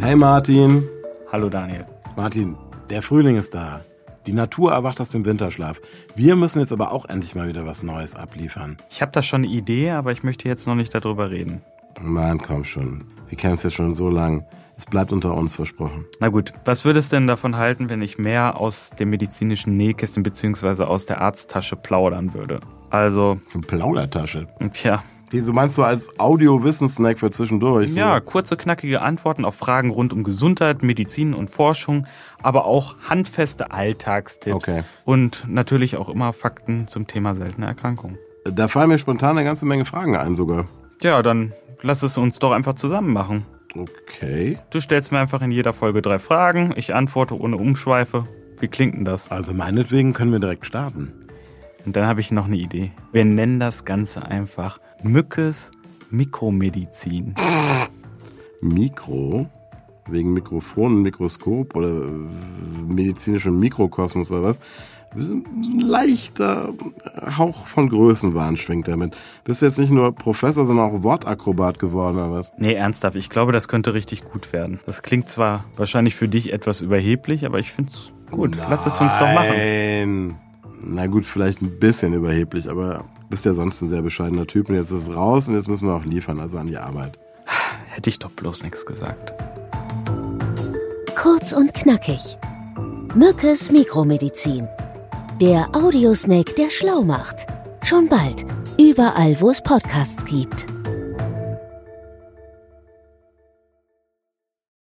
Hey Martin. Hallo Daniel. Martin, der Frühling ist da. Die Natur erwacht aus dem Winterschlaf. Wir müssen jetzt aber auch endlich mal wieder was Neues abliefern. Ich habe da schon eine Idee, aber ich möchte jetzt noch nicht darüber reden. Mann, komm schon. Wir kennen es jetzt schon so lang. Es bleibt unter uns versprochen. Na gut, was würde es denn davon halten, wenn ich mehr aus dem medizinischen Nähkästchen bzw. aus der Arzttasche plaudern würde? Also, Eine Plaudertasche. tja, Okay, so meinst du als Audio-Wissensnack für zwischendurch? So. ja, kurze, knackige Antworten auf Fragen rund um Gesundheit, Medizin und Forschung, aber auch handfeste Alltagstipps Okay. und natürlich auch immer Fakten zum Thema seltene Erkrankungen. Da fallen mir spontan eine ganze Menge Fragen ein sogar. Ja, dann lass es uns doch einfach zusammen machen. Okay. Du stellst mir einfach in jeder Folge drei Fragen, ich antworte ohne Umschweife. Wie klingt denn das? Also meinetwegen können wir direkt starten. Und dann habe ich noch eine Idee. Wir nennen das Ganze einfach Mückes Mikromedizin. Mikro. Wegen Mikrofon, Mikroskop oder äh, medizinischem Mikrokosmos oder was. Ein leichter Hauch von Größenwahn schwingt damit. Bist jetzt nicht nur Professor, sondern auch Wortakrobat geworden oder was? Nee, ernsthaft, ich glaube, das könnte richtig gut werden. Das klingt zwar wahrscheinlich für dich etwas überheblich, aber ich finde es gut. Lass es uns doch machen. Nein. Na gut, vielleicht ein bisschen überheblich, aber bist ja sonst ein sehr bescheidener Typ und jetzt ist es raus und jetzt müssen wir auch liefern, also an die Arbeit. Hätte ich doch bloß nichts gesagt. Kurz und knackig. Mückes Mikromedizin. Der Audiosnake, der schlau macht. Schon bald. Überall, wo es Podcasts gibt.